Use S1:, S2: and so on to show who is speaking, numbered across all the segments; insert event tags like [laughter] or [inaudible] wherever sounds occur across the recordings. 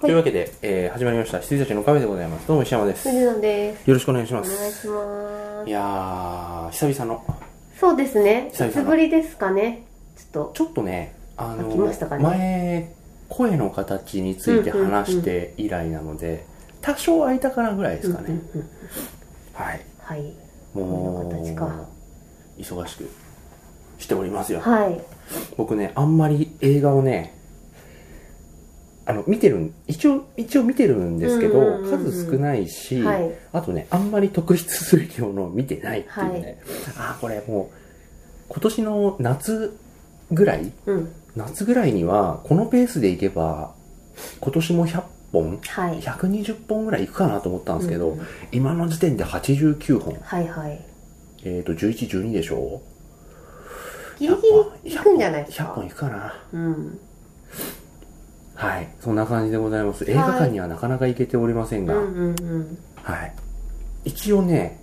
S1: というわけで、えー始まりました羊たちのカフェでございますどうも石山です
S2: 藤
S1: よ
S2: 野です。
S1: ろしくお願いし
S2: お
S1: ま
S2: 願い
S1: す
S2: します
S1: い。やー久々の
S2: そうですね。い
S1: 久々の
S2: つぶりですかね。ちょっと。
S1: ちょっとねあの
S2: 飽きましたかね
S1: 前声の形について話して以来なので、多少空いたかなぐらいですかね、
S2: うんうんうん
S1: はい
S2: はい。
S1: も
S2: 声の形か
S1: う忙しくしておりますよ
S2: はい。
S1: 僕ねあんまり映画をねあの見てるん一応一応見てるんですけど、
S2: うんうんうんうん
S1: 数少ないし、
S2: はい
S1: あとねあんまり特筆すべきものを見てないっていうね、ああこれもう今年の夏ぐらい
S2: うん。
S1: 夏ぐらいにはこのペースでいけば今年も100本
S2: はい。
S1: 120本ぐらいいくかなと思ったんですけど、
S2: うんうん
S1: 今の時点で89本
S2: はいはい。
S1: えっ、と1112でしょ
S2: ギリギリ行くんじゃないです
S1: 100
S2: か
S1: 本。いくかな
S2: うん。
S1: はい、そんな感じでございます。映画館にはなかなか行けておりません
S2: う
S1: が、
S2: んうんうん。
S1: はい。一応ね、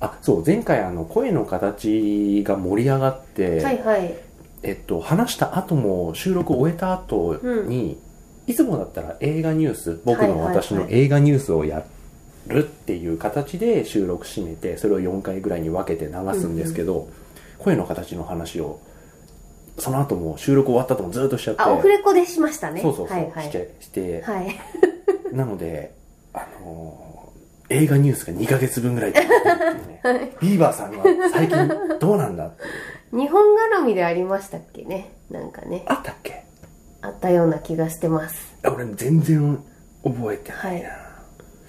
S1: あ、そう、前回あの、声の形が盛り上がって、
S2: はいはい。
S1: えっと、話した後も収録を終えた後に、いつもだったら映画ニュース、僕の
S2: はいはいはい
S1: 私の映画ニュースをやるっていう形で収録締めて、それを4回ぐらいに分けて流すんですけど、声の形の話を、その後も収録終わった後もずっとしちゃって、
S2: あ、オフレコでしましたね。
S1: そうそうそう、
S2: はいは
S1: し
S2: い。
S1: て、して、
S2: はい。 [laughs]
S1: なので、あのー映画ニュースが2ヶ月分ぐらい溜まってる
S2: [laughs]
S1: っていうねビーバーさんは最近どうなんだっていう
S2: 日本絡みでありましたっけね。なんかね。
S1: あったっけ
S2: あったような気がしてます。
S1: 俺全然覚えてないな、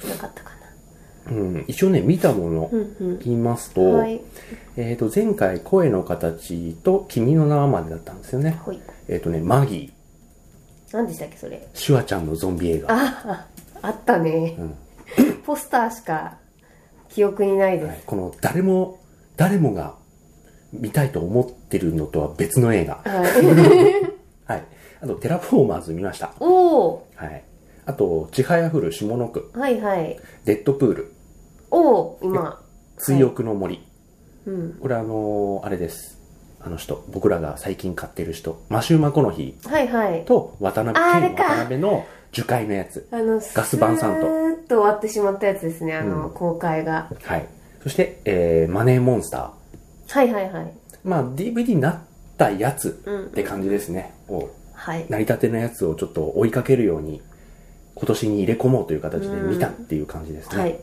S2: なかったかな。
S1: うん、一応ね見たもの
S2: うん
S1: 言いますと,、
S2: うん。はい。
S1: えー、と前回「声の形」と「君の名は」までだったんですよね
S2: ほい。
S1: えっ、とねマギー
S2: 何でしたっけ、それ。
S1: シュワちゃんのゾンビ映画、
S2: ああったね、ポスターしか記憶にないです、
S1: はいこの誰も誰もが見たいと思ってるのとは別の映画
S2: はい、 [laughs]
S1: はいあと「テラフォーマーズ」見ました
S2: おお
S1: はい。あと、ちはやふる下の区、
S2: はいはい
S1: デッドプール、
S2: おお今
S1: 追憶の森。
S2: うん
S1: これあのーあれです。あの人、僕らが最近買ってる人、マシューマコの日
S2: はいはい
S1: と渡辺
S2: ああれ
S1: 兼
S2: か
S1: 渡辺の樹海のやつ。
S2: あの
S1: ガスバンサント
S2: スーッと終わってしまったやつですねあの、
S1: うん
S2: 公開が
S1: はい。そして、えー、マネーモンスター。
S2: はいはいはい
S1: まあ、DVD になったやつ
S2: うん
S1: って感じですね。を
S2: はい
S1: 成り立てのやつをちょっと追いかけるように、今年に入れ込もうという形で見たっていう感じですね。
S2: はい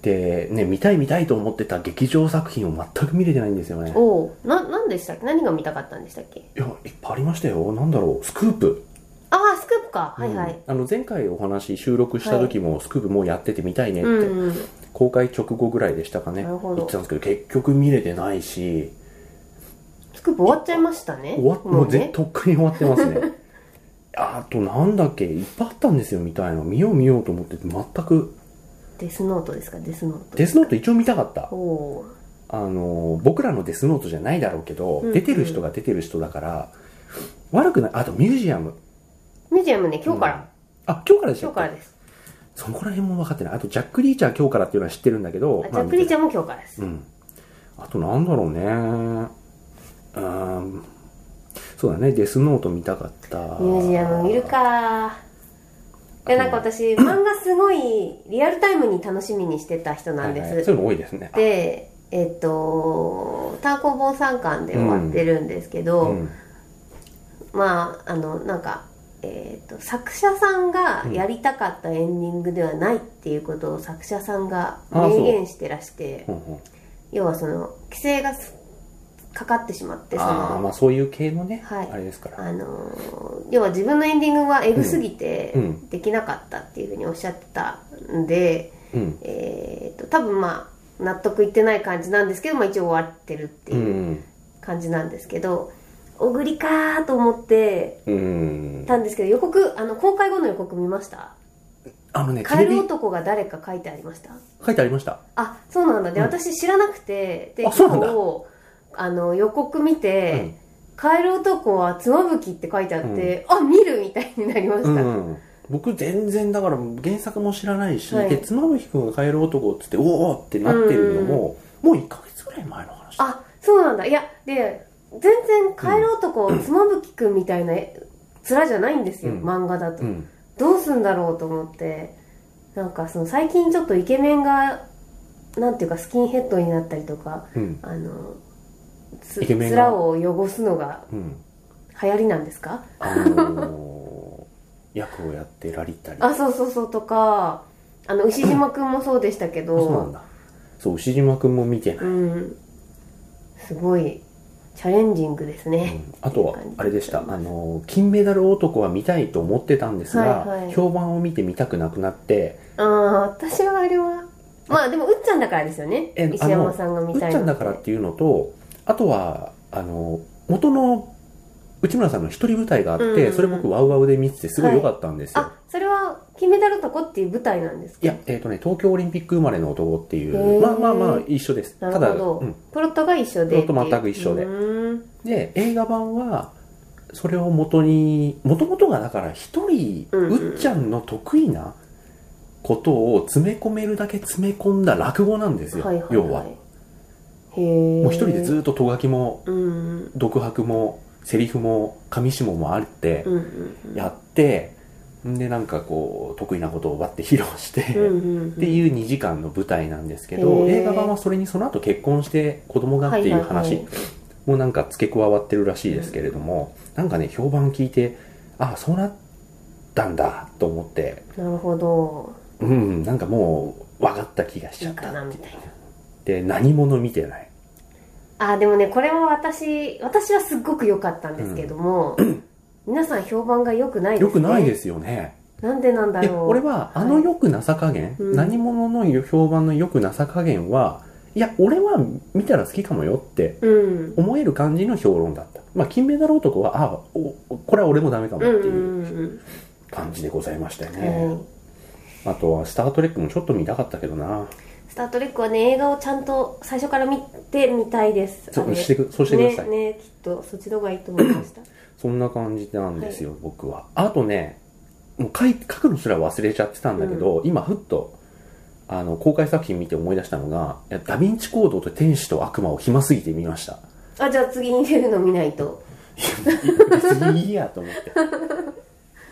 S1: で、ね、見たい見たいと思ってた劇場作品を全く見れてないんですよね。
S2: おおな何でしたっけ何が見たかったんでしたっけ
S1: いや、いっぱいありましたよ。なんだろう、スクープ。
S2: ああスクープかはいは
S1: うん
S2: い、
S1: あの、前回お話収録した時も、スクープもうやっててみたいねっ
S2: うん、
S1: て、
S2: うん
S1: 公開直後ぐらいでしたかね。
S2: なるほど
S1: 言ってたんですけど、結局見れてないし、
S2: スクープ終わっちゃいましたね
S1: 終わっ、も
S2: も
S1: う
S2: う
S1: ぜ
S2: ね
S1: とっくに終わってます
S2: [laughs]
S1: ね。あと、なんだっけ、いっぱいあったんですよ、みたいの。見よう見ようと思ってて、全く。
S2: デスノートですかデスノート
S1: デスノート一応見たかった
S2: お。お
S1: あの、僕らのデスノートじゃないだろうけど、
S2: んうん
S1: 出てる人が出てる人だから、悪くない。あと、ミュージアム。
S2: ミュージアムね今日から、
S1: あ、今日からでし
S2: 今
S1: ょ
S2: 日からです
S1: そこら辺も分かってない。あと、ジャック・リーチャー今日からっていうのは知ってるんだけど
S2: あ、ジャックリーち
S1: ャ
S2: ゃんも今日からです、
S1: ー。うん。あと、なんだろうね。うーん。そうだね、デスノート見たかった。
S2: ミュージアム見る。かいやなんか私漫画すごいリアルタイムに楽しみにしてた人なんで
S1: はい
S2: す、
S1: はいそういうの多いですね。あ
S2: でえっと単行本3巻で終わってるんですけど、
S1: うん
S2: まああのなんか、えっと作者さんがやりたかったエンディングではないっていうことを作者さんが明言してらして
S1: ほんほん
S2: 要はその規制がすかかってしまってそ
S1: ああ、
S2: の
S1: まあそういう系のね、
S2: はい
S1: あれですから。
S2: あのー要は自分のエンディングはエグすぎて
S1: うんうん
S2: できなかったっていうふうにおっしゃってたんで、
S1: うん。
S2: えー、と多分まあ納得いってない感じなんですけど、まあ、一応終わってるって
S1: う。
S2: いうん感じなんですけど、小栗かーと思って
S1: うん。
S2: たんですけど予告あの公開後の予告見ました
S1: あのね、テ
S2: カエ
S1: レ
S2: ル
S1: ビ
S2: 男が誰か書いてありました
S1: 書いてありました。
S2: あそうなんだで、私知らなくてで
S1: あそうなんだ
S2: 日あの予告見
S1: うん
S2: て、カエル男は妻夫木って書いてあって、あ見るみたいになりました、
S1: うん、僕全然だから原作も知らないし、
S2: はい
S1: で妻夫木君が帰る男っつっておーおーってなってるのも、もう1ヶ月ぐらい前の話
S2: あそうなんだいやで全然「帰ろうとこう妻夫木くんみたいな絵面じゃないんですよ、
S1: うん
S2: 漫画だと、
S1: うん
S2: どうすんだろうと思ってなんかその最近ちょっとイケメンがなんていうかスキンヘッドになったりとか
S1: うん
S2: あのつ
S1: イケメンが
S2: 面を汚すのが
S1: うん
S2: 流行りなんですか
S1: [laughs] あのー役をやってらりたり
S2: あそうそうそうとかあの牛島くんもそうでしたけど
S1: そうなんだそう牛島君も見てない、
S2: うんすごいチャレンジングですね、
S1: うんあとはあれでしたあのー金メダル男は見たいと思ってたんですが、
S2: はいはい
S1: 評判を見て見たくなくなって
S2: ああ私はあれはまあでもうっちゃんだからですよね
S1: え
S2: 石山さんが
S1: う
S2: 見
S1: った
S2: い
S1: ちゃん
S2: の
S1: だからっていうのとあとはあのー元の内村さんの一人舞台があって、
S2: うんうん
S1: それ僕ワウワウで見ててすごい良かったんですよ、
S2: あそれは金メダル男っていう舞台なんですか
S1: いや、えっ、とね、東京オリンピック生まれの男ってい
S2: へ
S1: う、
S2: ー
S1: まあまあまあ一緒です。
S2: な
S1: た
S2: る
S1: だ、
S2: ほど、
S1: うん
S2: プロットが一緒で
S1: プロット全く一緒で
S2: うん
S1: で、映画版は、それを元に、もともとがだから一人、
S2: うんうん
S1: うっちゃんの得意なことを詰め込めるだけ詰め込んだ落語なんですよ、
S2: はいはい、はい、
S1: 要は。
S2: へえ
S1: もう一人でずっととがきも、
S2: うん
S1: 独白も、セリフも、上下もあって
S2: うんう、んうん
S1: やって、んで、なんかこう、得意なことをバッて披露して、
S2: っ
S1: っていう2時間の舞台なんですけど、
S2: へー
S1: 映画版はそれにその後結婚して子供がっていう話もなんか付け加わってるらしいですけれども、なんかね、評判聞いて、ああ、そうなったんだと思って、
S2: なるほど
S1: うん、なんかもう分かった気がしち
S2: い
S1: ゃ
S2: い
S1: っ
S2: か
S1: た。
S2: なみたいな
S1: で、何者見てない。
S2: あーでもねこれは私私はすっごく良かったんですけども、皆さん評判が良くないですね
S1: 良くないですよね。
S2: なんでなんだ
S1: いや
S2: ろう
S1: 俺はあの良くなさ加減、
S2: うん
S1: 何者の評判の良くなさ加減は、いや、俺は見たら好きかもよって
S2: うん
S1: 思える感じの評論だった、まあ、金メダル男はあおこれは俺もダメかもっ
S2: う
S1: て
S2: ん
S1: いう
S2: う
S1: ん
S2: うん
S1: 感じでございましたよね、
S2: はい
S1: あとは「スター・トレック」もちょっと見たかったけどな
S2: スター・トレックはね映画をちゃんと最初から見てみたいです
S1: そ
S2: あれ
S1: うしてくそうしてください、
S2: ねねきっとそっちの方がいいと思いました
S1: [laughs] そんな感じなんですよ、僕はあとねもう書い書くのすら忘れちゃってたんだけど、今ふっとあの公開作品見て思い出したのがいやダ・ヴィンチ・コードと天使と悪魔を暇すぎて見ました
S2: あじゃあ次に出るの見ないと
S1: 別にいいやと思って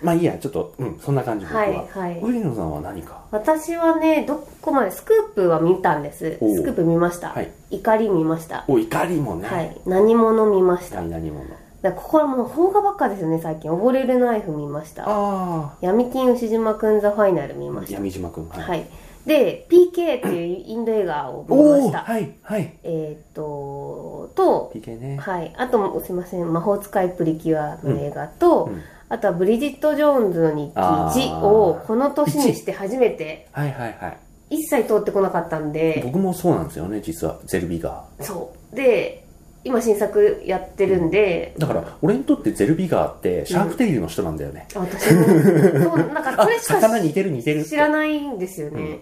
S1: まあいいやちょっとうんそんな感じ僕は、
S2: はいはい
S1: 上野さんは何か
S2: 私はねどこまでスクープは見たんです
S1: おう
S2: スクープ見ました、
S1: はい
S2: 怒り見ました
S1: お怒りもね、
S2: はい何者見ました
S1: 何々もの
S2: だからここはもう邦画ばっかですよね最近溺れるナイフ見ました
S1: あ
S2: 闇金牛島くんザファイナル見
S1: あ
S2: ました
S1: 闇島君はい、
S2: はいで PK っていうインド映画を見ま
S1: おお
S2: した
S1: はいはい
S2: えっ、とと
S1: PK ね
S2: はいあともすいません魔法使いプリキュアの映画と、
S1: うんうん
S2: あとはブリジット・ジョーンズの日記
S1: あー
S2: 1をこの年にして初めて
S1: はいはいはい
S2: 一切通ってこなかったんで
S1: 僕もそうなんですよね実はゼルビガ
S2: そうで今新作やってるんで、
S1: ーだから俺にとってゼルビガーってシャークテイルの人なんだよね、
S2: 私もそうなんか
S1: あ
S2: それしか
S1: 魚似てる似てるって
S2: 知らないんですよね、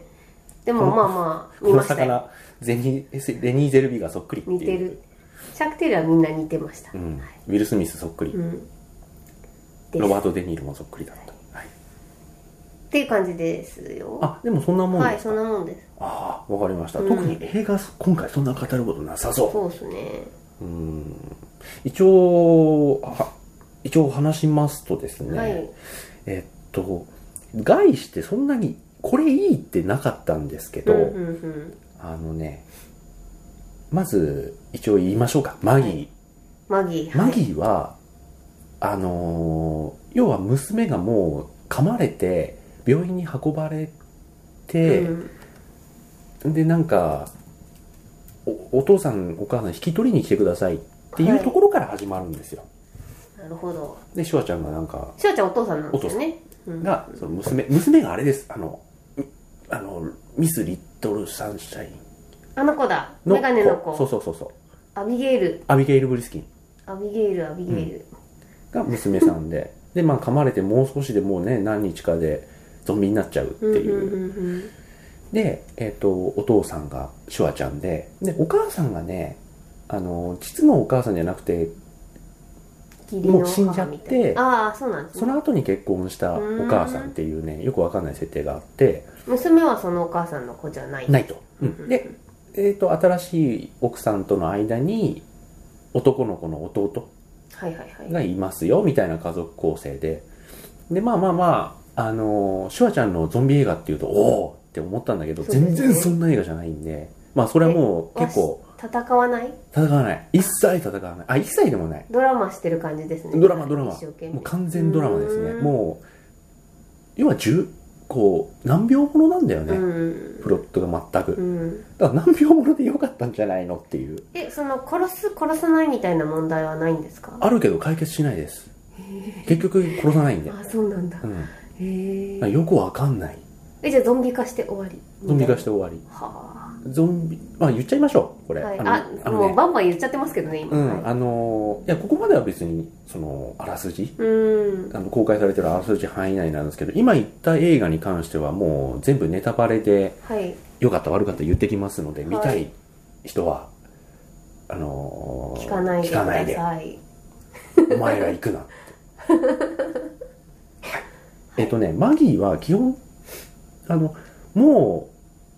S2: でもまあまあ見
S1: この
S2: ましたよ
S1: 魚ゼニーレニー・ゼルビガーそっくりっていう
S2: 似てるシャークテールはみんな似てました、
S1: うん、ウィル・スミスそっくり、
S2: うんです
S1: ロバート・デ・ニールもそっくりだった、はい、
S2: っていう感じですよ
S1: あでもそんなもん
S2: は
S1: で
S2: い
S1: すか、
S2: そんなもんです
S1: ああわかりました、
S2: うん
S1: 特に映画今回そんな語ることなさそう
S2: そうですね
S1: うん一応は一応話しますとですね、
S2: はい
S1: えっと外してそんなにこれいいってなかったんですけど、
S2: うんうん
S1: あのねまず一応言いましょうかマギー、
S2: マギー
S1: マギーはあのー要は娘がもう噛まれて病院に運ばれて、
S2: うん
S1: でなんかおお父さんお母さん引き取りに来てくださいっていうところから始まるんですよ、
S2: なるほど
S1: でシュワちゃんがなんか
S2: しおちゃんお父さんなんですよねうん
S1: がその娘娘があれですあのうあのミス・リットル・サンシャイン
S2: あの子だ
S1: の
S2: メガネの子
S1: そうそうそうそう
S2: アビゲイル
S1: アビゲイル・ブリスキン
S2: アビゲイルアビゲイル、
S1: が娘さんででまあ噛まれてもう少しでもうね何日かでゾンビになっちゃうって
S2: うん、
S1: いう、
S2: うんうんうん
S1: で、えっとお父さんがシュワちゃんででお母さんがねあの実のお母さんじゃなくて
S2: 義理の
S1: もう死んじゃ
S2: 母
S1: って
S2: みたいなああそうなんです
S1: そ
S2: ね
S1: の後に結婚したお母さんっていうねよくわかんない設定があって
S2: 娘はそのお母さんの子じゃない
S1: ないと、うん、で、えっと新しい奥さんとの間に男の子の弟
S2: はいはいはい
S1: がいますよみたいな家族構成ででまあまあまああのシュワちゃんのゾンビ映画っていうとおおって思ったんだけど、
S2: そうですね
S1: 全然そんな映画じゃないんでまあそれはもう
S2: え
S1: 結構
S2: わし戦わない
S1: 戦わない一切戦わないあ一切でもない
S2: ドラマしてる感じですね
S1: ドラマドラマ
S2: 一生懸命
S1: もう完全ドラマですね
S2: うん
S1: もう要は10こう何秒ものなんだよね、
S2: うん
S1: プロットが全く、
S2: うん
S1: だから何秒ものでよかったんじゃないのっていう
S2: えその殺す殺さないみたいな問題はないんですか
S1: あるけど解決しないです結局殺さないんで、
S2: あそうなんだ
S1: うん、だ
S2: へえ
S1: からよくわかんない
S2: えじゃあゾンビ化して終わり
S1: ゾンビ化してて終わり
S2: は
S1: ゾンビまあ言っちゃいましょうこ
S2: あ、
S1: れ、
S2: はい、
S1: あの
S2: あ
S1: あの
S2: もう
S1: ね
S2: バンバン言っちゃってますけどね今、
S1: う
S2: はい
S1: んあのいやここまでは別にそのあらすじ
S2: うん
S1: あの公開されてるあらすじ範囲内なんですけど今言った映画に関してはもう全部ネタバレで
S2: はい
S1: 良かった悪かった言ってきますので、
S2: はい
S1: 見たい人はあのー
S2: 聞かないで
S1: 聞
S2: く
S1: か
S2: だ
S1: な
S2: さ
S1: い
S2: い
S1: でお前が行くなってはいえっとねマギーは基本あのも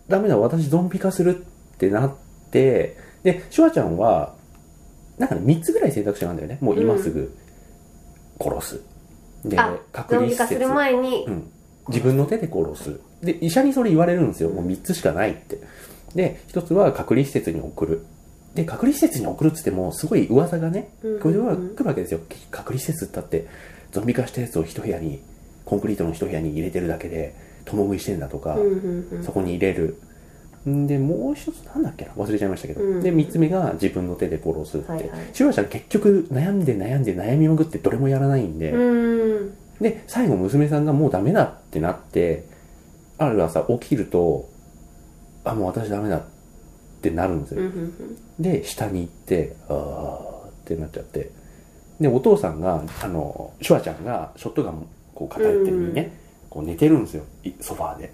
S1: うダメだ私ゾンビ化するってなってでシュワちゃんはなんか、ね、3つぐらい選択肢があるんだよねもう今すぐ殺す、で
S2: あ
S1: 隔
S2: ゾン
S1: 離
S2: ビ
S1: 施
S2: 化す
S1: 設
S2: る前に、
S1: うん、自分の手で殺すで医者にそれ言われるんですよもう3つしかないってで1つは隔離施設に送るで隔離施設に送るっつってもすごい噂がね
S2: うんうんうん
S1: これは来るわけですよ隔離施設だってゾンビ化したやつを一部屋にコンクリートの一部屋に入れてるだけで共食いしてんだとか、
S2: うんうんうん
S1: そこに入れるんでもう一つなんだっけな忘れちゃいましたけど、
S2: うん
S1: で3つ目が自分の手で殺すって、
S2: はいはい
S1: シュワちゃん結局悩んで悩んで悩みまくってどれもやらないんで、
S2: うん
S1: で最後娘さんがもうダメだってなってある朝起きるとあもう私ダメだってなるんです
S2: うんう
S1: よ、
S2: んうん
S1: で下に行ってああってなっちゃってでお父さんがあのシュワちゃんがショットガンこう片手にね、こう寝てるんですよいソファーで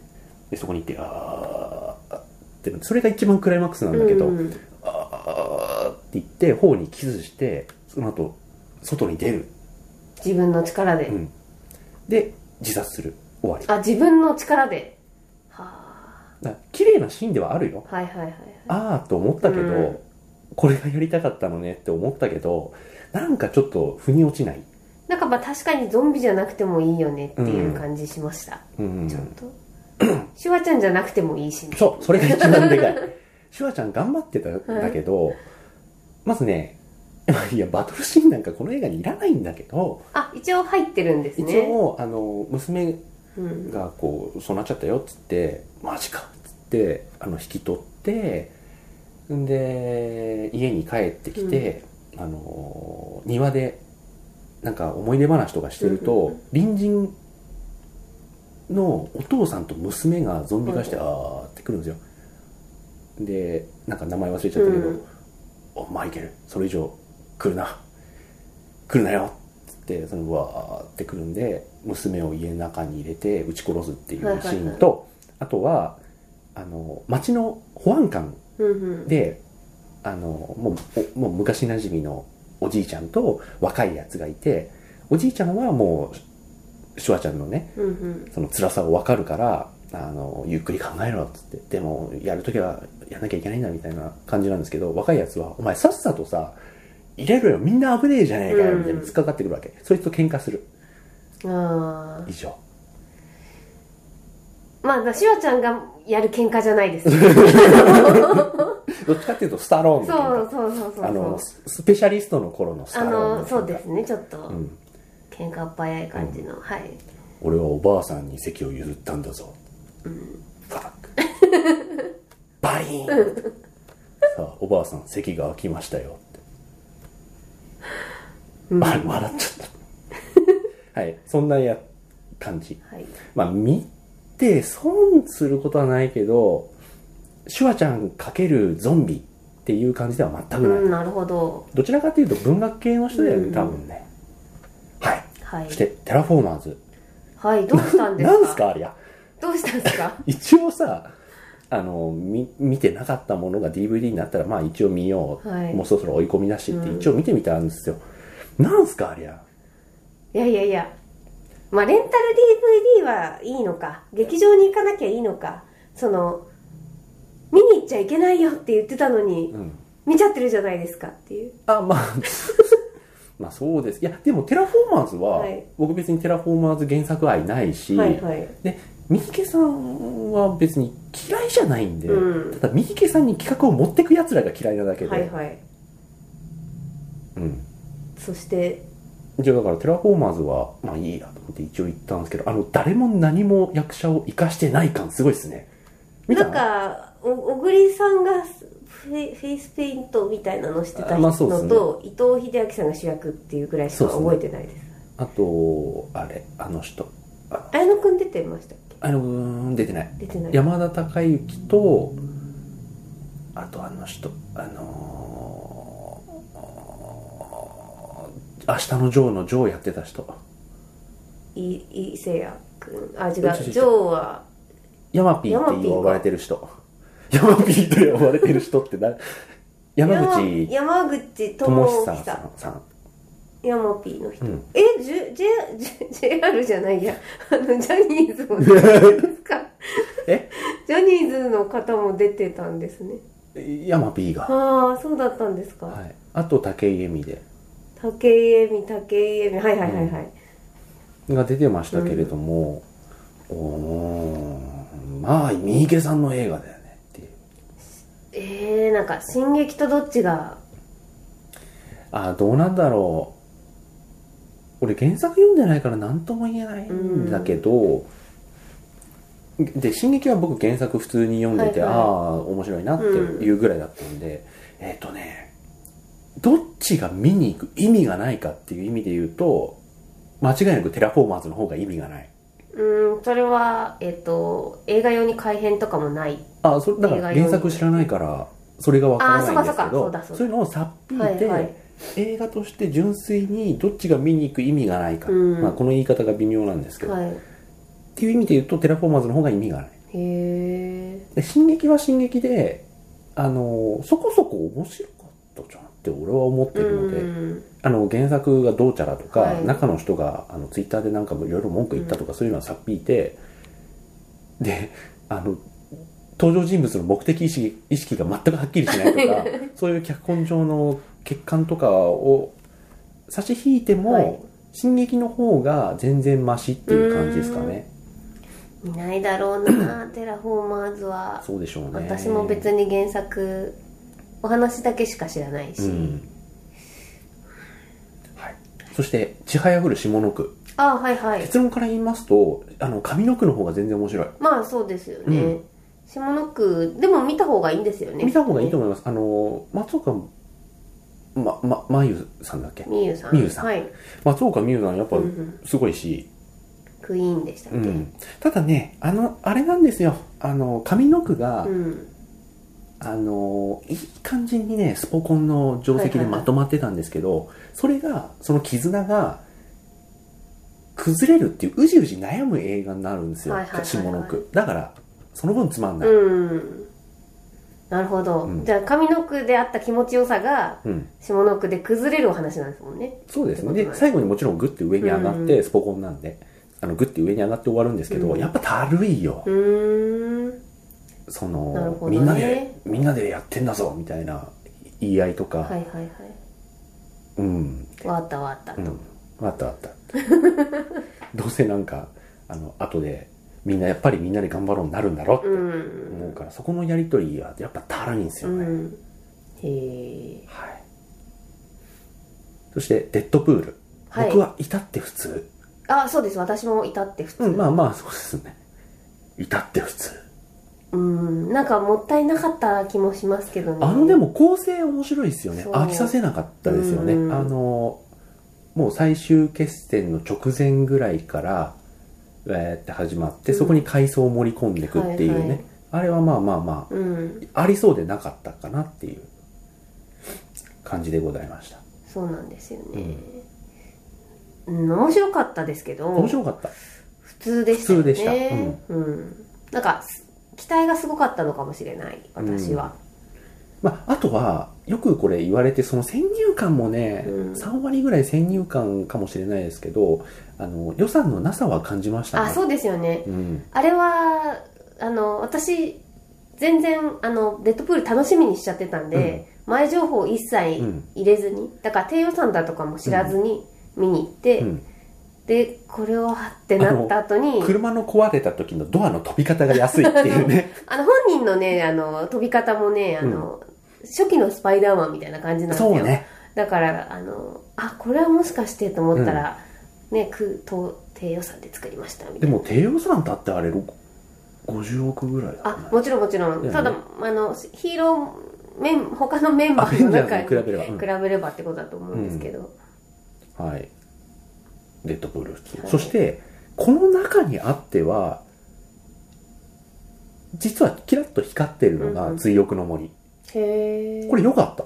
S1: でそこに行ってああってなそれが一番クライマックスなんだけど、
S2: うんうん
S1: ああって言って頬にキスしてその後外に出る、
S2: 自分の力で、
S1: うん、で自殺する終わり
S2: あ自分の力ではあ
S1: だから綺麗なシーンではあるよ
S2: はいはいはいはい
S1: ああと思ったけど、
S2: うん
S1: これがやりたかったのねって思ったけどなんかちょっと腑に落ちない、
S2: なんかまあ確かにゾンビじゃなくてもいいよねっていう感じしました、
S1: うん
S2: ちょっと [coughs] シュワちゃんじゃなくてもいいしね
S1: そうそれが一番でかいシュワちゃん頑張ってたんだけど、まずね [laughs] いやバトルシーンなんかこの映画にいらないんだけど、
S2: あ一応入ってるんです
S1: 一
S2: ね
S1: 応あの娘
S2: うん、
S1: がこうそうなっちゃったよっつってマジかっつってあの引き取ってんで家に帰ってきて、あの庭でなんか思い出話とかしてると、
S2: うんうんうん
S1: 隣人のお父さんと娘がゾンビ化して、
S2: う
S1: あーってくるんですよでなんか名前忘れちゃったけど、
S2: うん
S1: おマイケルそれ以上来るな来るなよっつってそのわーって来るんで娘を家の中に入れて撃ち殺すっていうシ
S2: はいはいはい
S1: ーンと、あとはあの町の保安官
S2: うんうん、
S1: であのもうおもう昔なじみのおじいちゃんと若いやつがいておじいちゃんはもうシュワちゃんのね
S2: うんうん
S1: その辛さを分かるからあのゆっくり考えろっつってでもやるときはやんなきゃいけないんだみたいな感じなんですけど若いやつは「お前さっさとさ入れろよみんな危ねえじゃねえかよ」みたいな
S2: うん
S1: 突っかかってくるわけそいつと喧嘩する
S2: あ
S1: 以上
S2: あまあだからシュワちゃんがやる喧嘩じゃな
S1: [laughs]
S2: いですね
S1: どっちかっていうとスタローン
S2: そう
S1: みたいな
S2: そうそうそう
S1: あの
S2: そ
S1: ススペシャリストの頃のス
S2: うあ
S1: タローン
S2: の
S1: の
S2: そうですねちょっと
S1: うん
S2: 喧嘩っ早い感じの、はい
S1: 俺はおばあさんに席を譲ったんだぞ、ファックバリーンさあおばあさん席が空きましたよって、あれ笑っちゃったはいそんなや感じ
S2: はい
S1: まあ見て損することはないけどシュワちゃん×ゾンビっていう感じでは全くない、
S2: うん、なるほど
S1: どちらかというと文学系の人だよね、
S2: うん
S1: 多分ねはい
S2: はい
S1: そしてテラフォーマーズ
S2: はいどうしたんですか
S1: [laughs] なんすかありゃ
S2: どうしたんですか
S1: 一応さあのみ見てなかったものが DVD になったらまあ一応見よう、
S2: はい
S1: もうそろそろ追い込みだしって
S2: うん
S1: 一応見てみたんですよ、なんすかありゃ
S2: いやいやいやまあレンタル DVD はいいのか劇場に行かなきゃいいのかその見に行っちゃいけないよって言ってたのに、
S1: うん
S2: 見ちゃってるじゃないですかっていう
S1: あまあ [laughs] まあそうですいやでもテラフォーマーズは、
S2: はい
S1: 僕別にテラフォーマーズ原作愛ないし、
S2: はいはい
S1: で三池さんは別に嫌いじゃないんで、
S2: うん
S1: ただ三池さんに企画を持ってくやつらが嫌いなだけで、
S2: はいはい
S1: うん
S2: そして
S1: じゃあだからテラフォーマーズはまあいいやと思って一応言ったんですけどあの誰も何も役者を生かしてない感すごいですね見た
S2: なんかお小栗さんがフェフェイスペイントみたいなのしてた
S1: あ
S2: の
S1: まあそうですね
S2: と、伊藤英明さんが主役っていうぐらいしか覚えてないです
S1: あとあれあの人
S2: 綾野くん出てましたっ
S1: あのうーん出てない
S2: け出てない
S1: 山田孝之とあとあの人あのー明日のジョーのジョーやってた人
S2: い伊勢谷くんあ違うジ
S1: ちょちょちょ
S2: ョーは
S1: ヤマピーって呼ばれてる人ヤマピーと呼ばれてる人って誰山口
S2: 山山口
S1: 智
S2: 智
S1: 久
S2: 久
S1: さんさん
S2: ヤマピーの人、
S1: うん
S2: えジュ J J JR じゃないやあのジャニーズも出てるんですか
S1: え
S2: ジャニーズの方も出てたんですね
S1: ヤマピーが、
S2: ああそうだったんですか、
S1: はい、あと武井絵美で
S2: 竹井絵美竹井絵美はいはいはいはい、
S1: が出てましたけれども、おーまあ三池さんの映画だよねっていう
S2: えー、なんか「進撃とどっちが
S1: あどうなんだろう俺原作読んでないから何とも言えないんだけど、で「進撃」は僕原作普通に読んでて、
S2: はいはい
S1: ああ面白いなっていうぐらいだったんで、えっ、とねどっちが見に行く意味がないかっていう意味で言うと間違いなくテラフォーマーズの方が意味がない」
S2: うんそれはえっ、と映画用に改編とかもない
S1: あそれだから
S2: 映画用
S1: 原
S2: に
S1: 作知らないからそれがわからないんですけ
S2: あそ
S1: ど
S2: うかそうかそうだそうだ
S1: いうのをさっぴいて、
S2: はいはい
S1: 映画として純粋にどっちが見に行く意味がないか、
S2: うん
S1: まあ、この言い方が微妙なんですけど、っ
S2: は
S1: ていう意味で言うとテラフォーマーズの方が意味がない
S2: いへえ
S1: で進撃は進撃であのそこそこ面白かったじゃんって俺は思ってるので、
S2: うん
S1: あの原作がどうちゃらとか、
S2: はい
S1: 中の人があのツイッターでなんかいろいろ文句言ったとか、そういうのはさっぴいてであの登場人物の目的意識意識が全くはっきりしないと
S2: [laughs]
S1: かそういう脚本上の欠陥とかを差し引いても、
S2: はい
S1: 進撃の方が全然マシっていう感じですかね
S2: いないだろうなテラフォーマーズは
S1: そうでしょうね
S2: 私も別に原作お話だけしか知らないし、
S1: うんはい、そして「ちはやふる下の句
S2: ああはいはい
S1: 結論から言いますとあの上の句の方が全然面白い
S2: まあそうですよね、
S1: うん
S2: 下の句でも見た方がいいんですよね
S1: 見た方がいいと思います。あの、松岡、ま、ま、まゆさんだっけ
S2: みゆさん
S1: みゆさん
S2: はい
S1: 松岡美優さんやっぱ
S2: うんうん
S1: すごいし、
S2: クイーンでしたっ
S1: う
S2: け、
S1: ん。ただね、あの、あれなんですよ。あの、上の句が、
S2: うん
S1: あの、いい感じにね、スポコンの定石でまとまってたんですけど、それが、その絆が、崩れるっていう、うじうじ悩む映画になるんですよ
S2: はいはいはいは。い
S1: 下の句。だから、その分つまんない。
S2: うんなるほど、
S1: うん
S2: じゃあ上の句であった気持ちよさが
S1: うん
S2: 下の句で崩れるお話なんですもんね
S1: そうです
S2: っ
S1: ね。
S2: てこと
S1: で、
S2: だね
S1: 最後にもちろんグッて上に上がっ
S2: う
S1: て、スポコンなんで、あの、グッて上に上がって終わるんですけど、
S2: うん
S1: やっぱたるいよ
S2: う。ーん
S1: そ
S2: な
S1: の、
S2: るほどね
S1: みんなで、みんなでやってんだぞ、みたいな言い合いとか、
S2: はいはいは
S1: うん、
S2: いわかったわかった
S1: う
S2: と、
S1: ん、あった
S2: [laughs]
S1: あった。どうせなんか、あの、後で、みんな、やっぱりみんなで頑張ろうになるんだろって
S2: うん
S1: 思うから、そこのやりとりはやっぱたるいんです
S2: う
S1: よね。
S2: んへえ
S1: はい。そして、デッドプール。
S2: はい
S1: 僕は至って普通。
S2: あそうです私もいたって普通
S1: うん、まあまあ、そうですね。至って普通。
S2: うんなんかもったいなかった気もしますけどね
S1: あのでも構成面白いですよね
S2: そう
S1: 飽きさせなかったですよね、
S2: うん
S1: あのもう最終決戦の直前ぐらいからえーって始まって、
S2: うん
S1: そこに階層を盛り込んでいくっていうね、
S2: はいはい
S1: あれはまあまあま
S2: うん
S1: あありそうでなかったかなっていう感じでございました
S2: そうなんですよね、うん、面白かったですけど
S1: 面白かった
S2: 普通でしたよ
S1: 普
S2: ね
S1: 通でした
S2: うん、なんかす期待がすごかったのかもしれない私は、
S1: まあ、あとはよくこれ言われてその先入観もね、
S2: うん
S1: 3割ぐらい先入観かもしれないですけどあの予算のなさは感じましたね
S2: あそうですよね
S1: うん
S2: あれはあの私全然あのデッドプール楽しみにしちゃってたんで、前情報一切入れずに、だから低予算だとかも知らずに見に行って、
S1: うん
S2: でこれはってなった後に
S1: 車の壊れた時のドアの飛び方が安いっていう
S2: [laughs]
S1: ね
S2: あの本人のねあの飛び方もねあの、初期のスパイダーマンみたいな感じなんですよ
S1: そうね
S2: だからあのあこれはもしかしてと思ったら、ねくと低予算で作りましたみた
S1: で
S2: いな
S1: も低予算だってあれろ50億ぐらいだ
S2: あ
S1: ね
S2: もちろんもちろん、
S1: だよね
S2: ただあのヒーローメン他のメンバ
S1: あ
S2: ー
S1: ベ
S2: の
S1: ンジャーズに比べ
S2: 中に
S1: れば、うん
S2: 比べればってことだと思うんですけど、
S1: はい。デッドプール普通
S2: はい
S1: そして、この中にあっては、実はキラッと光ってるの
S2: うんう
S1: が
S2: ん
S1: 追憶の森。
S2: へえ
S1: これ良かった。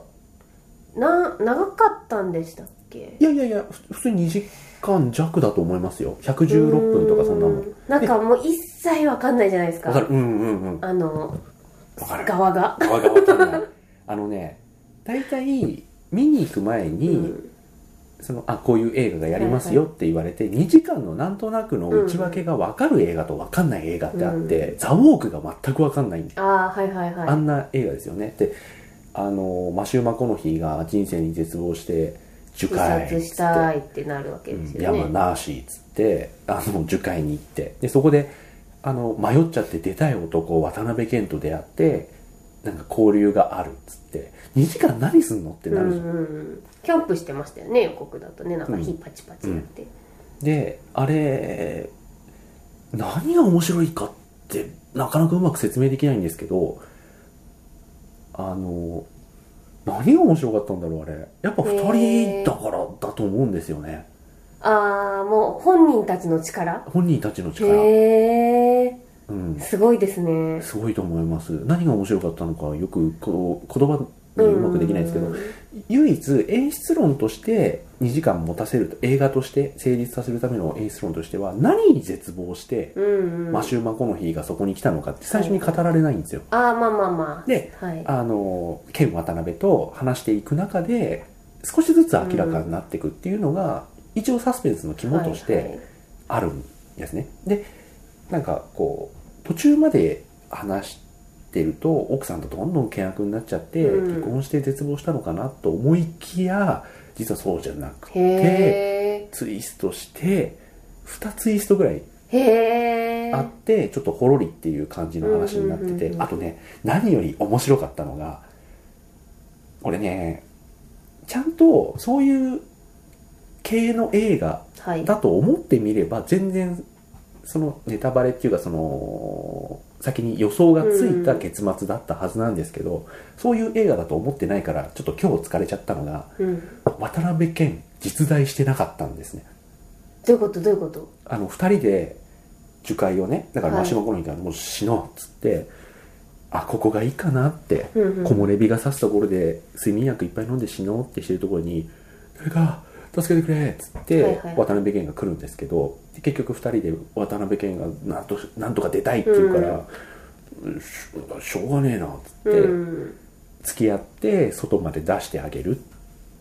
S2: な長かったんでしたっけ
S1: いやいやいや、ふ普通に2時間弱だと思いますよ。116分とかそんなも。
S2: うんなんかもう一切わかんないじゃないですか
S1: わかるうんうんうん。
S2: あの
S1: わかる。
S2: 側が
S1: わかるわかる。あのね、大体、見に行く前に、
S2: うん
S1: そのあこういう映画がやりますよって言われて、2時間のなんとなくの内訳が分かる映画と分かんない映画ってあって、ザ・ウォークが全く分かんないんで、
S2: ああーはいはいはい
S1: あんな映画ですよねであのマシュー・マコノヒーが人生に絶望して樹
S2: 自
S1: 海
S2: 殺
S1: っ
S2: し
S1: つって
S2: たいってなるわけですよね、
S1: 山なしっつってあの樹海に行ってでそこであの迷っちゃって出たい男渡辺謙と出会ってなんか交流があるっつって2時間何すんのって
S2: う
S1: なる
S2: ん
S1: じゃん
S2: うんうんキャンプしてましたよね予告だとねなんか火パチパチやって、
S1: であれ何が面白いかってなかなかうまく説明できないんですけどあの何が面白かったんだろうあれやっぱ2
S2: へー
S1: 人だからだと思うんですよね
S2: ああもう本人たちの力
S1: 本人たちの力、
S2: へえ
S1: うん、
S2: すごいですね
S1: すごいと思います何が面白かったのかよくこう言葉にうまくできないですけど、
S2: うん
S1: 唯一演出論として2時間持たせると映画として成立させるための演出論としては何に絶望して
S2: うんうん
S1: マ
S2: あ
S1: シュー・マコノヒーがそこに来たのかって最初に語られないんですよ。
S2: あーまあまあまあ
S1: で、
S2: はい
S1: あの、ケン・渡辺と話していく中で、少しずつ明らかになっていくっていうのが、一応サスペンスの肝とし
S2: はいは
S1: て
S2: い
S1: あるんですね。で、なんかこう、途中まで話してると、奥さんとどんどん険悪になっちゃって、
S2: うん
S1: 離婚して絶望したのかなと思いきや、実はそうじゃなくて、
S2: へ
S1: ツイストして、2ツイストぐらい
S2: えへえ
S1: あってちょっとほろりっていう感じの話になって
S2: うんうんうん
S1: て
S2: うん
S1: あとね何より面白かったのが俺ねちゃんとそういう系の映画
S2: はい
S1: だと思ってみれば全然そのネタバレっていうかその先に予想がついた結末だったはずなんですけどそういう映画だと思ってないからちょっと今日疲れちゃったのが
S2: うん
S1: 渡辺謙実在してなかったんですね
S2: どういうことどういうこと
S1: あの2人で樹海をねだから
S2: はい
S1: 真島コロニーからもう死のうっつって、あここがいいかなって、
S2: うんうん
S1: 木漏れ日が差すところで睡眠薬いっぱい飲んで死のうってしてるところに「誰か助けてくれ」っつって、
S2: はいはい
S1: 渡辺謙が来るんですけどで結局2人で渡辺謙がなんとなんとか出たいって言うから、ししょうがねえなっつって、
S2: うん
S1: 付き合って外まで出してあげるっ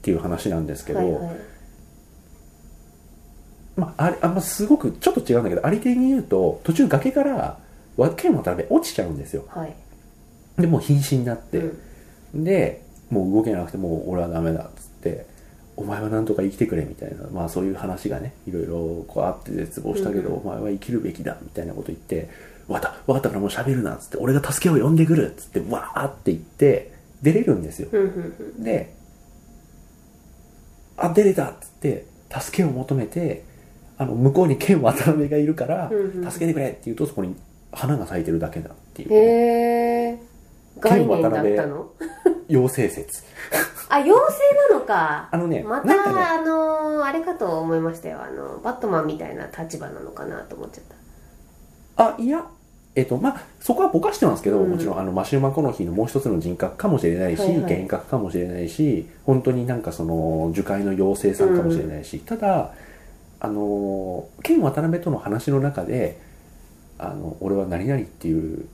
S1: ていう話なんですけど。
S2: はいはい
S1: まあ、あれあまあすごくちょっと違うんだけどありていに言うと途中崖からわ剣渡辺落ちちゃうんですよ
S2: はい
S1: でもう瀕死になって、
S2: うん
S1: でもう動けなくてもう俺はダメだっつってお前はなんとか生きてくれみたいな、まあ、そういう話がねいろいろこうあって絶望したけど、
S2: うん
S1: お前は生きるべきだみたいなこと言って「わかったわかったからもう喋るな」っつって「俺が助けを呼んでくる」っつってわーって言って出れるんですよ
S2: うんうん
S1: で、あ、出れたっつって、助けを求めて、あの、向こうに剣渡辺がいるから
S2: うんう、ん
S1: 助けてくれって言うと、そこに花が咲いてるだけだっていう
S2: うん、へえ概念だった
S1: 剣渡
S2: の
S1: 妖精説。
S2: あ妖精なのか
S1: あのね、
S2: また、
S1: なんかね、
S2: あのーあれかと思いましたよあのバットマンみたいな立場なのかなと思っちゃっ
S1: あ、
S2: た
S1: いや、えっと、まあ、そこはぼかしてますけど、
S2: うん
S1: もちろん、あの、マシューマコノヒーのもう一つの人格かもしれないし、
S2: はいはい
S1: 幻覚かもしれないし、本当になんかその、樹海の妖精さんかもしれないし、ただ、あの、剣渡辺との話の中で、あの、俺は何々っていう、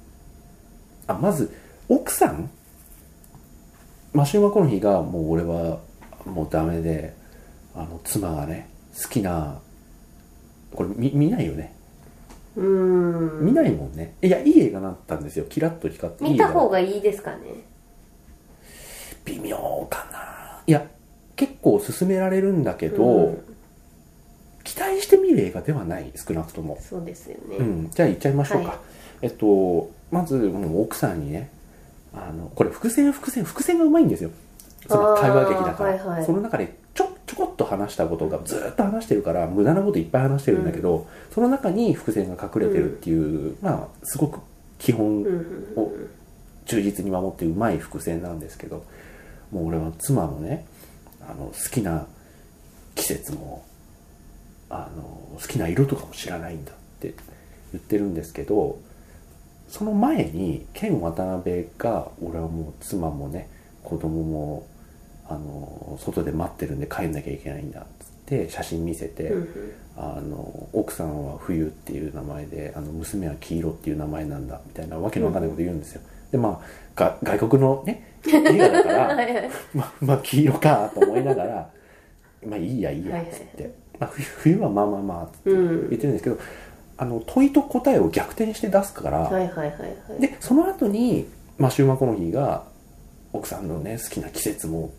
S1: あ、まず、奥さんマシューマコノヒーが、もう俺は、もうダメで、あの、妻がね、好きな、これ見見ないよね。
S2: うーん
S1: 見ないもんねいやいい映画だったんですよキラッと光っていい
S2: 見
S1: 映画
S2: た方がいいですかね
S1: 微妙かないや結構勧められるんだけど、
S2: うん
S1: 期待して見る映画ではない少なくとも
S2: そうですよね、
S1: うん、じゃあ行っちゃいましょうか、
S2: はい
S1: えっとまずもう奥さんにねあのこれ伏線伏線伏線がうまいんですよその会話劇だから、
S2: あーはいはい
S1: その中でちょちょこっと話したことがずーっと話してるから無駄なこといっぱい話してるんだけど、その中に伏線が隠れてるっていう、まあすごく基本
S2: うんうん
S1: を忠実に守ってうまい伏線なんですけどもう俺は妻のねあの好きな季節もあの好きな色とかも知らないんだって言ってるんですけどその前にケン渡辺が俺はもう妻もね子供もあの外で待ってるんで帰んなきゃいけないんだっつって写真見せて。
S2: うんうん
S1: あの奥さんは冬っていう名前であの娘は黄色っていう名前なんだみたいなわけのわかんないこと言うんですよ、でまあが外国のね映画だか
S2: [laughs] は
S1: ら
S2: いはい
S1: まあまあ黄色かと思いながらまあいいやいいや
S2: は
S1: っ
S2: いはい
S1: つって、まあ、冬冬はまあまあまあっつって
S2: う
S1: 言っ
S2: ん
S1: てるんですけど、あの問いと答えを逆転して出すから、
S2: はいはいはいはい
S1: でその後にまあ、シューマコノヒーが奥さんのね好きな季節も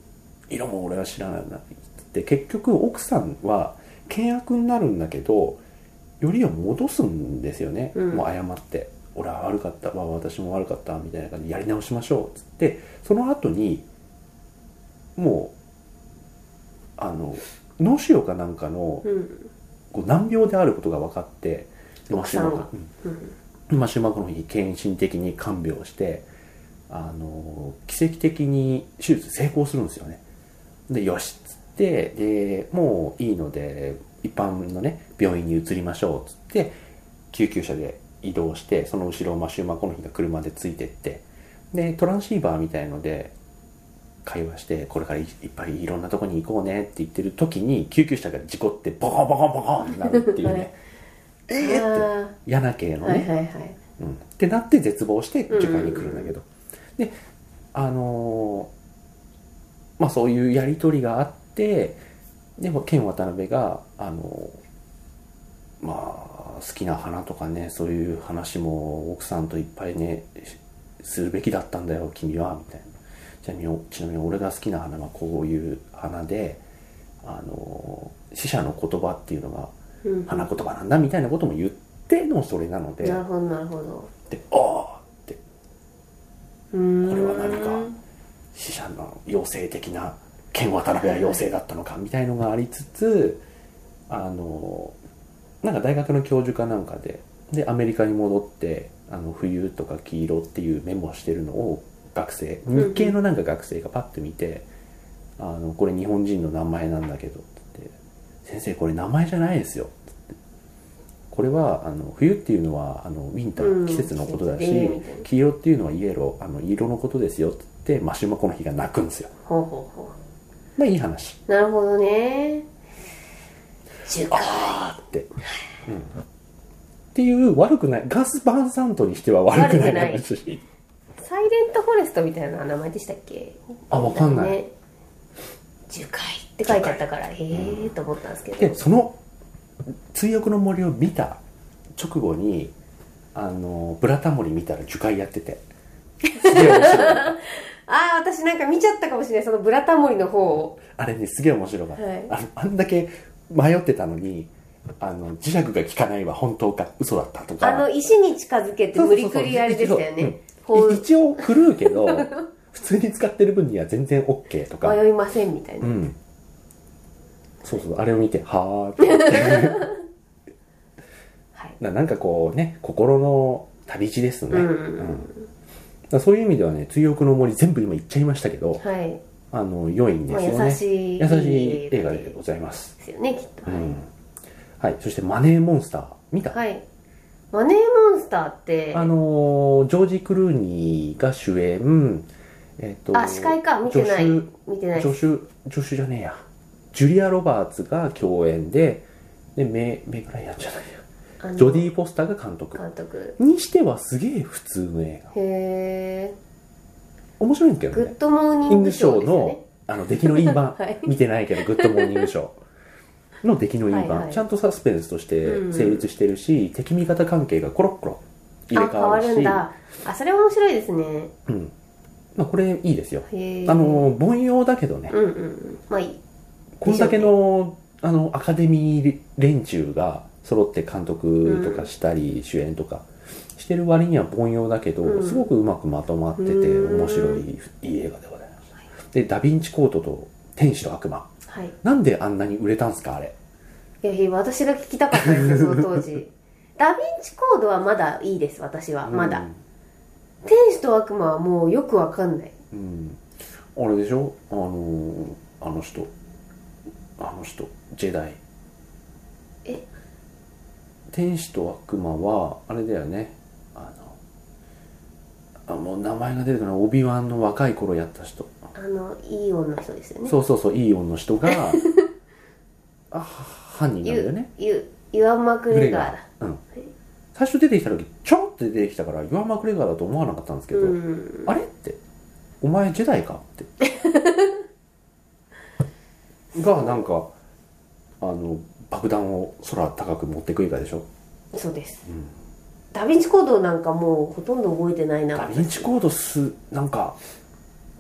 S1: 色も俺は知らないなって言って結局奥さんは険悪になるんだけどよりを戻すんですよね、
S2: うん
S1: もう謝って「俺は悪かったわ私も悪かった」みたいな感じでやり直しましょうっつってその後にもうあの脳腫瘍かなんかの
S2: うん
S1: こう難病であることが分かって
S2: 奥さんが
S1: まあうん
S2: うん
S1: まあ、シューマックの日献身的に看病してあの奇跡的に手術成功するんですよねでよしっつってでもういいので一般のね病院に移りましょうっつって救急車で移動してその後ろをマシューマコの日が車でついてってでトランシーバーみたいので会話してこれからいいっぱいいろんなとこに行こうねって言ってる時に救急車が事故ってボコンボコンボコンってなるっていうね、
S2: [laughs] はい
S1: え
S2: あ
S1: ーって
S2: ー
S1: 柳系のね、
S2: はいはいはい
S1: うん、ってなって絶望して受験に来るんだけど、であのーまあそういうやり取りがあってでもケン渡辺があのーまあ好きな花とかねそういう話も奥さんといっぱいねしするべきだったんだよ君はみたいなちなみにちなみに俺が好きな花はこういう花であのー死者の言葉っていうのが
S2: うん
S1: 花言葉なんだみたいなことも言ってのそれなので。
S2: なるほどなるほど
S1: で「ああ!」って
S2: うーん
S1: これは何か死者の妖精的な剣渡辺は妖精だったのかみたいのがありつつあのなんか大学の教授かなんかででアメリカに戻ってあの冬とか黄色っていうメモをしてるのを学生
S2: ん
S1: 日系のなんか学生がパッと見て「あのこれ日本人の名前なんだけど」って「先生これ名前じゃないですよ」ってこれはあの冬っていうのはあのウィンタ
S2: う
S1: ー
S2: ん
S1: 季節のことだし、
S2: 季節でみたいな
S1: 黄色っていうのはイエローあの色のことですよって言ってマシュマコの日が泣くんですよ
S2: ほうほうほ
S1: まあいい話
S2: うなるほどね中華
S1: あーって、うん、っていう悪くないガス・バンサントにしては悪くない
S2: 悪
S1: 話
S2: サイレントフォレストみたいな名前でしたっけ
S1: あわかんない
S2: ね樹海って書いてあったからへえと思ったんですけ
S1: で
S2: ど
S1: その「追憶の森」を見た直後にあのブラタモリ見たら樹海やっててすげえ面白い
S2: ああ私なんか見ちゃったかもしれないそのブラタモリの方を
S1: あれねすげえ面白かった、
S2: はい
S1: あのあんだけ迷ってたのにあの磁石が効かないは本当か嘘だったとか
S2: あの石に近づけて無理くりあれでしたよね
S1: そう
S2: こ
S1: そうそう
S2: う
S1: 一応狂うけど [laughs] 普通に使ってる分には全然 OK とか
S2: 迷いませんみたいうなん
S1: そうそうあれを見てはあって
S2: [laughs] はい
S1: ななんかこうね心の旅路ですね、
S2: うん
S1: だからそういう意味ではね「追憶の森」全部今言っちゃいましたけど
S2: はい
S1: あの良いん
S2: ま
S1: で
S2: あ
S1: すよね
S2: 優しい
S1: 優しい映画でご
S2: で
S1: ざいます、
S2: すよねきっと
S1: う
S2: はい
S1: んはい、そして「マネーモンスター」見た、
S2: はいマネーモンスターって
S1: あのージョージ・クルーニーが主演、えっと
S2: あ司会か見てない
S1: 助
S2: 見てない
S1: 手助手助手じゃねえやジュリア・ロバーツが共演ででメメグライアンじゃない
S2: あ
S1: や
S2: の
S1: ジョディ・ポスターが監督
S2: 監督
S1: にしてはすげえ普通の映画
S2: へえ
S1: 面白いんですけ
S2: グ
S1: どね
S2: ッドモーニ
S1: イ
S2: ン
S1: ン
S2: グ
S1: グ
S2: シ
S1: シ
S2: ョー
S1: ョ
S2: で
S1: ー
S2: すよね
S1: のあの出来のいい版、
S2: [laughs] はい
S1: 見てないけどグッドモーニングショーの出来のいい版、
S2: はいはい
S1: ちゃんとサスペンスとして成立してるし、敵味方関係がコロッコロ入れ
S2: あ
S1: 替
S2: 変
S1: わ
S2: わ
S1: るし
S2: るんだあそれは面白いですね
S1: うんまあ、これいいですよ
S2: へえ
S1: あの凡庸だけどね、
S2: うんうんうんまあいい
S1: こんだけのあのアカデミー連中が揃って監督とかしたり、主演とかしてる割には凡庸だけど、
S2: うん
S1: すごくうまくまとまってて
S2: うん
S1: 面白いいい映画でございます、でダ・ヴィンチコートと天使と悪魔
S2: はい
S1: なんであんなに売れたんすかあれ
S2: いやいや私が聞きたかった
S1: [laughs]
S2: んですよその当時ダ・ヴィンチコードはまだいいです私はまだ、天使と悪魔はもうよくわかんない
S1: うん、あれでしょあのーあの人あの人ジェダイ
S2: え
S1: 天使と悪魔はあれだよねあのあもう名前が出てこないオビワンの若い頃やった人
S2: あのいい女の人ですよね
S1: そうそうそういい女の人
S2: [laughs]
S1: があ犯人なんだよね
S2: ゆゆユアン・マクレガーだ
S1: グレガーうん最初出てきた時ちょろって出てきたからユアン・マクレガーだと思わなかったんですけど、
S2: うん
S1: あれってお前ジェダイかって [laughs] がなんかあの爆弾を空高く持ってく以外でしょ
S2: そうです、ダ・ヴィンチコードなんかもうほとんど覚えてないな
S1: ダヴィンチコードスなんか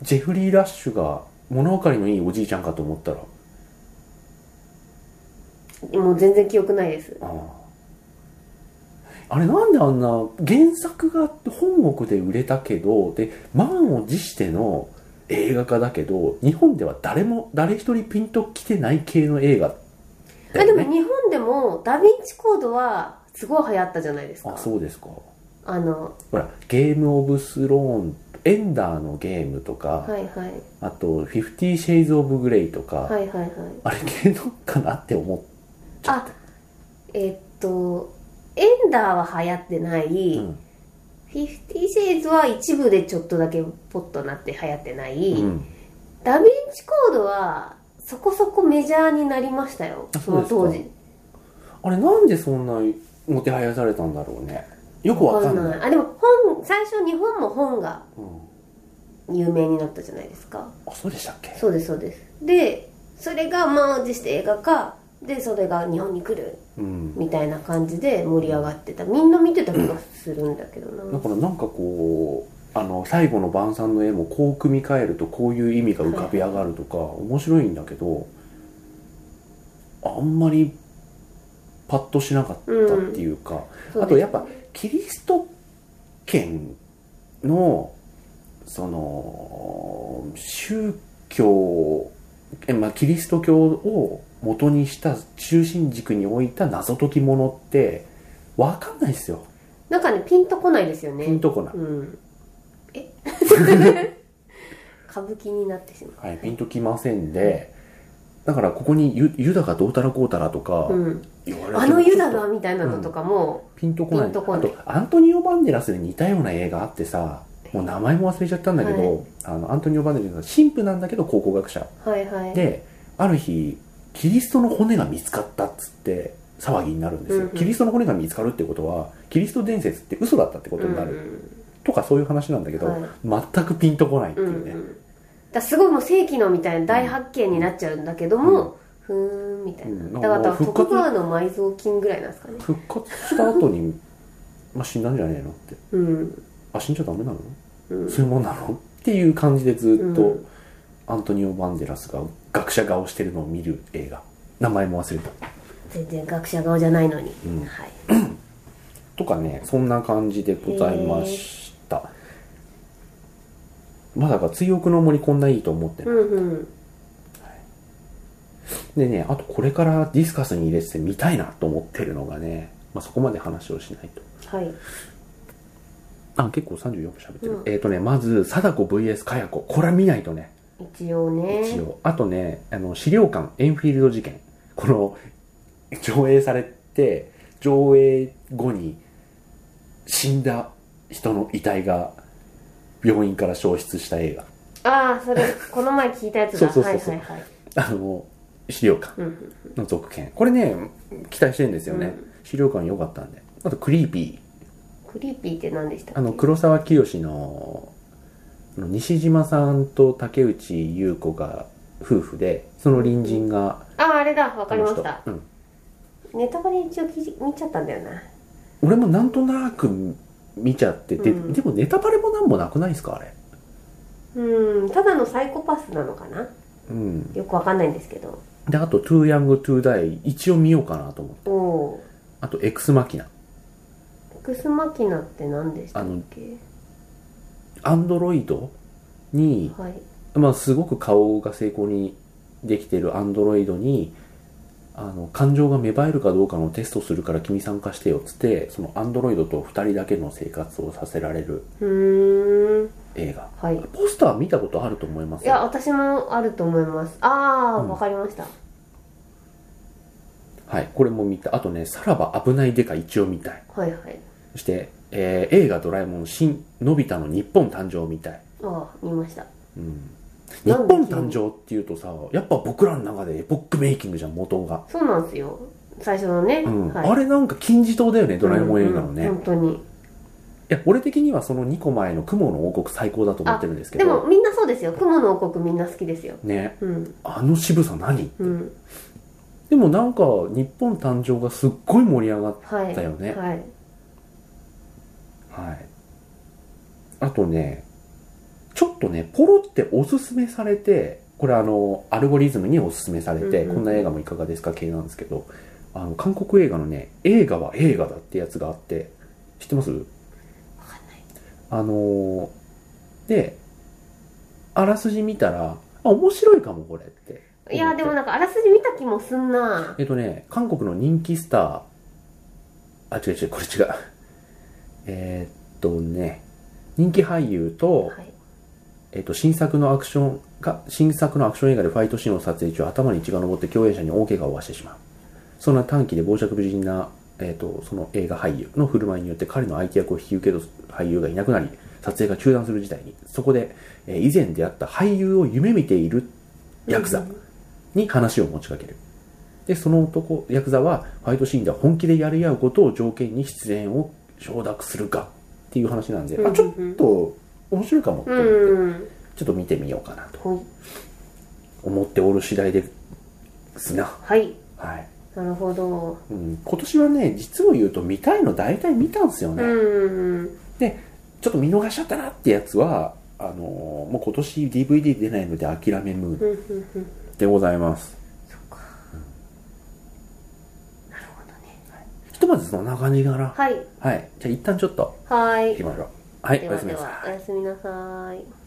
S1: ジェフリー・ラッシュが物分かりのいいおじいちゃんかと思ったら
S2: もう全然記憶ないです
S1: あああれなんであんな原作が本国で売れたけどで満を持しての映画化だけど日本では誰も誰一人ピンときてない系の映画
S2: あ
S1: だよ
S2: でも
S1: ね
S2: 日本でもダ・ヴィンチコードはすごい流行ったじゃないですか
S1: あそうですか
S2: あの
S1: ほらゲーム・オブ・スローンエンダーのゲームとか、
S2: はいはい
S1: あと「フィフティ・シェイズ・オブ・グレイ」とか、
S2: はいはいはい
S1: あれ系のかなって思って
S2: あえーっとエンダーは流行ってない、
S1: うん
S2: フィフティシェイズは一部でちょっとだけポッとなって流行ってない、
S1: うん
S2: ダヴィンチコードはそこそこメジャーになりましたよ
S1: あ
S2: その
S1: そう
S2: 当
S1: です
S2: 時
S1: あれなんでそんなもてはやされたんだろうねよくわかんない
S2: わあでも本最初日本も本が
S1: うん
S2: 有名になったじゃないですか
S1: あそうでしたっけ
S2: そうですそうですでそれが満を持して映画化でそれが日本に来る
S1: うん
S2: みたいな感じで盛り上がってたみんな見てた気がするんだけどな
S1: だからなんかこうあの最後の晩餐の絵もこう組み替えるとこういう意味が浮かび上がるとか面白いんだけどあんまりパッとしなかったっていうか、
S2: そう
S1: あとやっぱキリスト圏のその宗教え、まあ、キリスト教を元にした中心軸に置いた謎解き物って分かんないですよ
S2: なんかねピンとこないですよね
S1: ピンとこない、
S2: うんえ [laughs] 歌舞伎になってしま
S1: はい、ピンときませんでだからここにユユダがどうたらこうたらとか
S2: う、うん、
S1: 言われても
S2: あのユダがみたいなのとかも、
S1: ピンとこない
S2: ピンとこない
S1: あとアントニオ・バンデラスで似たような映画あってさもう名前も忘れちゃったんだけど、
S2: は
S1: あのアントニオ・バンデラス神父なんだけど考古学者
S2: はいはい
S1: である日キリストの骨が見つかったっつって騒ぎになるんですよ、
S2: うんうん
S1: キリストの骨が見つかるってことはキリスト伝説って嘘だったってことになる、
S2: うん
S1: とかそういう話なんだけど、
S2: はい
S1: 全くピンとこないって
S2: う
S1: い
S2: ん
S1: うね、
S2: うんだからすごいもう世紀のみたいな大発見になっちゃうんだけども、ふーんみたい
S1: うん
S2: なだから
S1: もう
S2: 徳川の埋蔵金ぐらいなんですかね
S1: 復活した後
S2: [laughs]
S1: にまあ死んだんじゃねえのって
S2: うん
S1: あ死んじゃダメなの
S2: うん
S1: そういうもんなのっていう感じでずっと、
S2: うん
S1: アントニオ・バンデラスが学者顔してるのを見る映画名前も忘れた
S2: 全然学者顔じゃないのに、
S1: うん
S2: はい
S1: とかねそんな感じでございましたまだか追憶の森こんないいと思って
S2: う
S1: る、
S2: んうん
S1: でねあとこれからディスカスに入れてて見たいなと思ってるのがね、まあ、そこまで話をしないと
S2: はい
S1: あ結構34分喋ってる、
S2: うん
S1: えっ、とねまず貞子 VS かや子これは見ないとね
S2: 一応ね
S1: 一応あとねあの資料館エンフィールド事件この上映されて上映後に死んだ人の遺体が病院から消失した映
S2: ああそれこの前聞いたやつだ
S1: そうそうそうそう
S2: はいはいはい
S1: 画あの資料館
S2: うん
S1: の続編これね期待してるんですよね、
S2: うん
S1: 資料館良かったんであとクリーピ
S2: クリーピーって何でした
S1: ー
S2: っけ
S1: あの黒沢清のあの西島さんと竹内優子が夫婦でその隣人が
S2: あああれだわか
S1: あ
S2: り
S1: の
S2: ま
S1: 人
S2: した
S1: うん、
S2: ネタバレ一応聞い見ちゃったんだよな
S1: 俺もなんとなく見ちゃってて、
S2: うん
S1: でもネタバレもなんもなくないですかあれ
S2: うんただのサイコパスなのかな
S1: うん
S2: よくわかんないんですけど
S1: であと「Too Young to Die」一応見ようかなと思って
S2: おおー
S1: あと「エクスマキナ」
S2: エクスマキナって何でしたっけ
S1: アンドロイドに、
S2: はい
S1: まあ、すごく顔が成功にできてるアンドロイドにあの感情が芽生えるかどうかのテストするから君参加してよっつってそのアンドロイドと2人だけの生活をさせられる
S2: うーん
S1: 映画
S2: はい
S1: ポスター見たことあると思います
S2: いや
S1: よ
S2: 私もあると思いますああ、
S1: うん
S2: わかりました
S1: はいこれも見たあとね「さらば危ないデカ」一応見たい
S2: はいはい
S1: そして、えー映画「ドラえもん新のび太の日本誕生」みたい、
S2: ああ見ました
S1: うん、日
S2: なんで
S1: 本誕生っていうとさやっぱ僕らの中でエポックメイキングじゃん元が、
S2: そうなんですよ最初のね、
S1: うん
S2: はい、
S1: あれなんか金字塔だよねドラえもん映画のね、
S2: うんうん本当に
S1: いや俺的にはその2個前の「雲の王国」最高だと思ってるんですけ
S2: でも
S1: ど
S2: みんなそうですよ雲の王国みんな好きですよ
S1: ね
S2: うん
S1: あの渋さ何、
S2: うん
S1: でもなんか日本誕生がすっごい盛り上がっ
S2: はい
S1: だよね
S2: はい
S1: はいあとねちょっとねポロっておすすめされてこれあのアルゴリズムにおすすめされて、
S2: うんうん
S1: こんな映画もいかがですか系なんですけどあの韓国映画のね映画は映画だってやつがあって知ってます
S2: わかんない
S1: あのーであらすじ見たらあ面白いかもこれって
S2: いやでもなんかあらすじ見た気もすんな
S1: えっとね韓国の人気スターあ違う違うこれ違うえーっとね人気俳優と、
S2: はい
S1: えっと、新作のアクションが新作のアクション映画でファイトシーンを撮影中頭に血が上って共演者に大怪我を負わしてしまうそんな短期で傍若無人な、えっと、その映画俳優の振る舞いによって彼の相手役を引き受ける俳優がいなくなり撮影が中断する事態にそこで、えー以前出会った俳優を夢見ているヤクザに話を持ちかけるでその男ヤクザはファイトシーンでは本気でやり合うことを条件に出演を承諾するかっていう話なんで、あちょっと面白いかもって
S2: う
S1: 思って、
S2: ん
S1: ちょっと見てみようかなと
S2: ほい
S1: 思っておる次第ですな。
S2: はい
S1: はい。
S2: なるほど
S1: うん、今年はね、実を言うと見たいの大体見たんですよ
S2: う
S1: ね。
S2: ん
S1: で、ちょっと見逃しちゃったなってやつは、あのーもう今年 DVD 出ないので諦めムー
S2: う
S1: ド
S2: んうんうん
S1: でございます。
S2: そっかなるほどね
S1: ひとまずそんな感じかな。
S2: はい
S1: はい。じゃあ一旦ちょっと
S2: は
S1: 行き
S2: い
S1: ましょう。はい、
S2: で
S1: おや
S2: は
S1: すみ
S2: で
S1: なさい
S2: は。おやすみなさい